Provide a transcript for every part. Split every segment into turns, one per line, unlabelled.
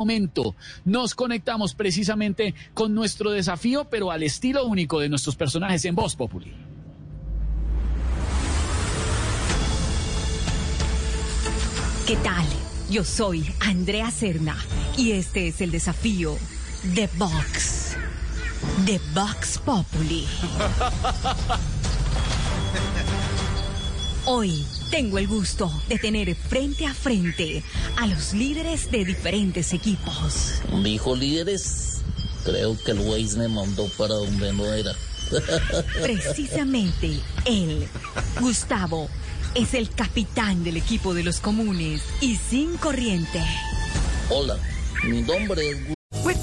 momento nos conectamos precisamente con nuestro desafío, pero al estilo único de nuestros personajes en Voz Populi.
¿Qué tal? Yo soy Andrea Serna y este es el desafío de Vox. De Vox Populi. Hoy tengo el gusto de tener frente a frente a los líderes de diferentes equipos.
Dijo líderes, creo que el Waze me mandó para donde no era.
Precisamente él, Gustavo, es el capitán del equipo de los comunes y sin corriente.
Hola, mi nombre es Gu-
With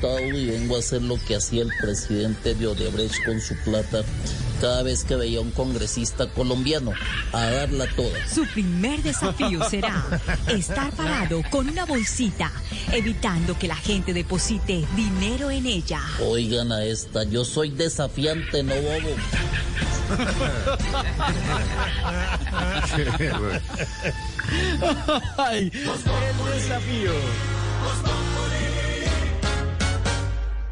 Gustavo y vengo a hacer lo que hacía el presidente de Odebrecht con su plata cada vez que veía a un congresista colombiano, a darla toda.
Su primer desafío será estar parado con una bolsita, evitando que la gente deposite dinero en ella.
Oigan a esta, yo soy desafiante, no bobo.
¡Ay! El desafío.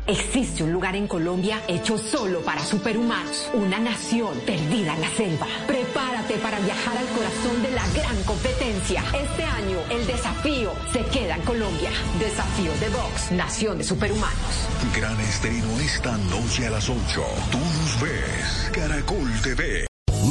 Existe un lugar en Colombia hecho solo para superhumanos, una nación perdida en la selva. Prepárate para viajar al corazón de la gran competencia. Este año el desafío se queda en Colombia. Desafío de Vox, Nación de Superhumanos.
Gran estreno esta noche a las 8. Tú nos ves. Caracol TV.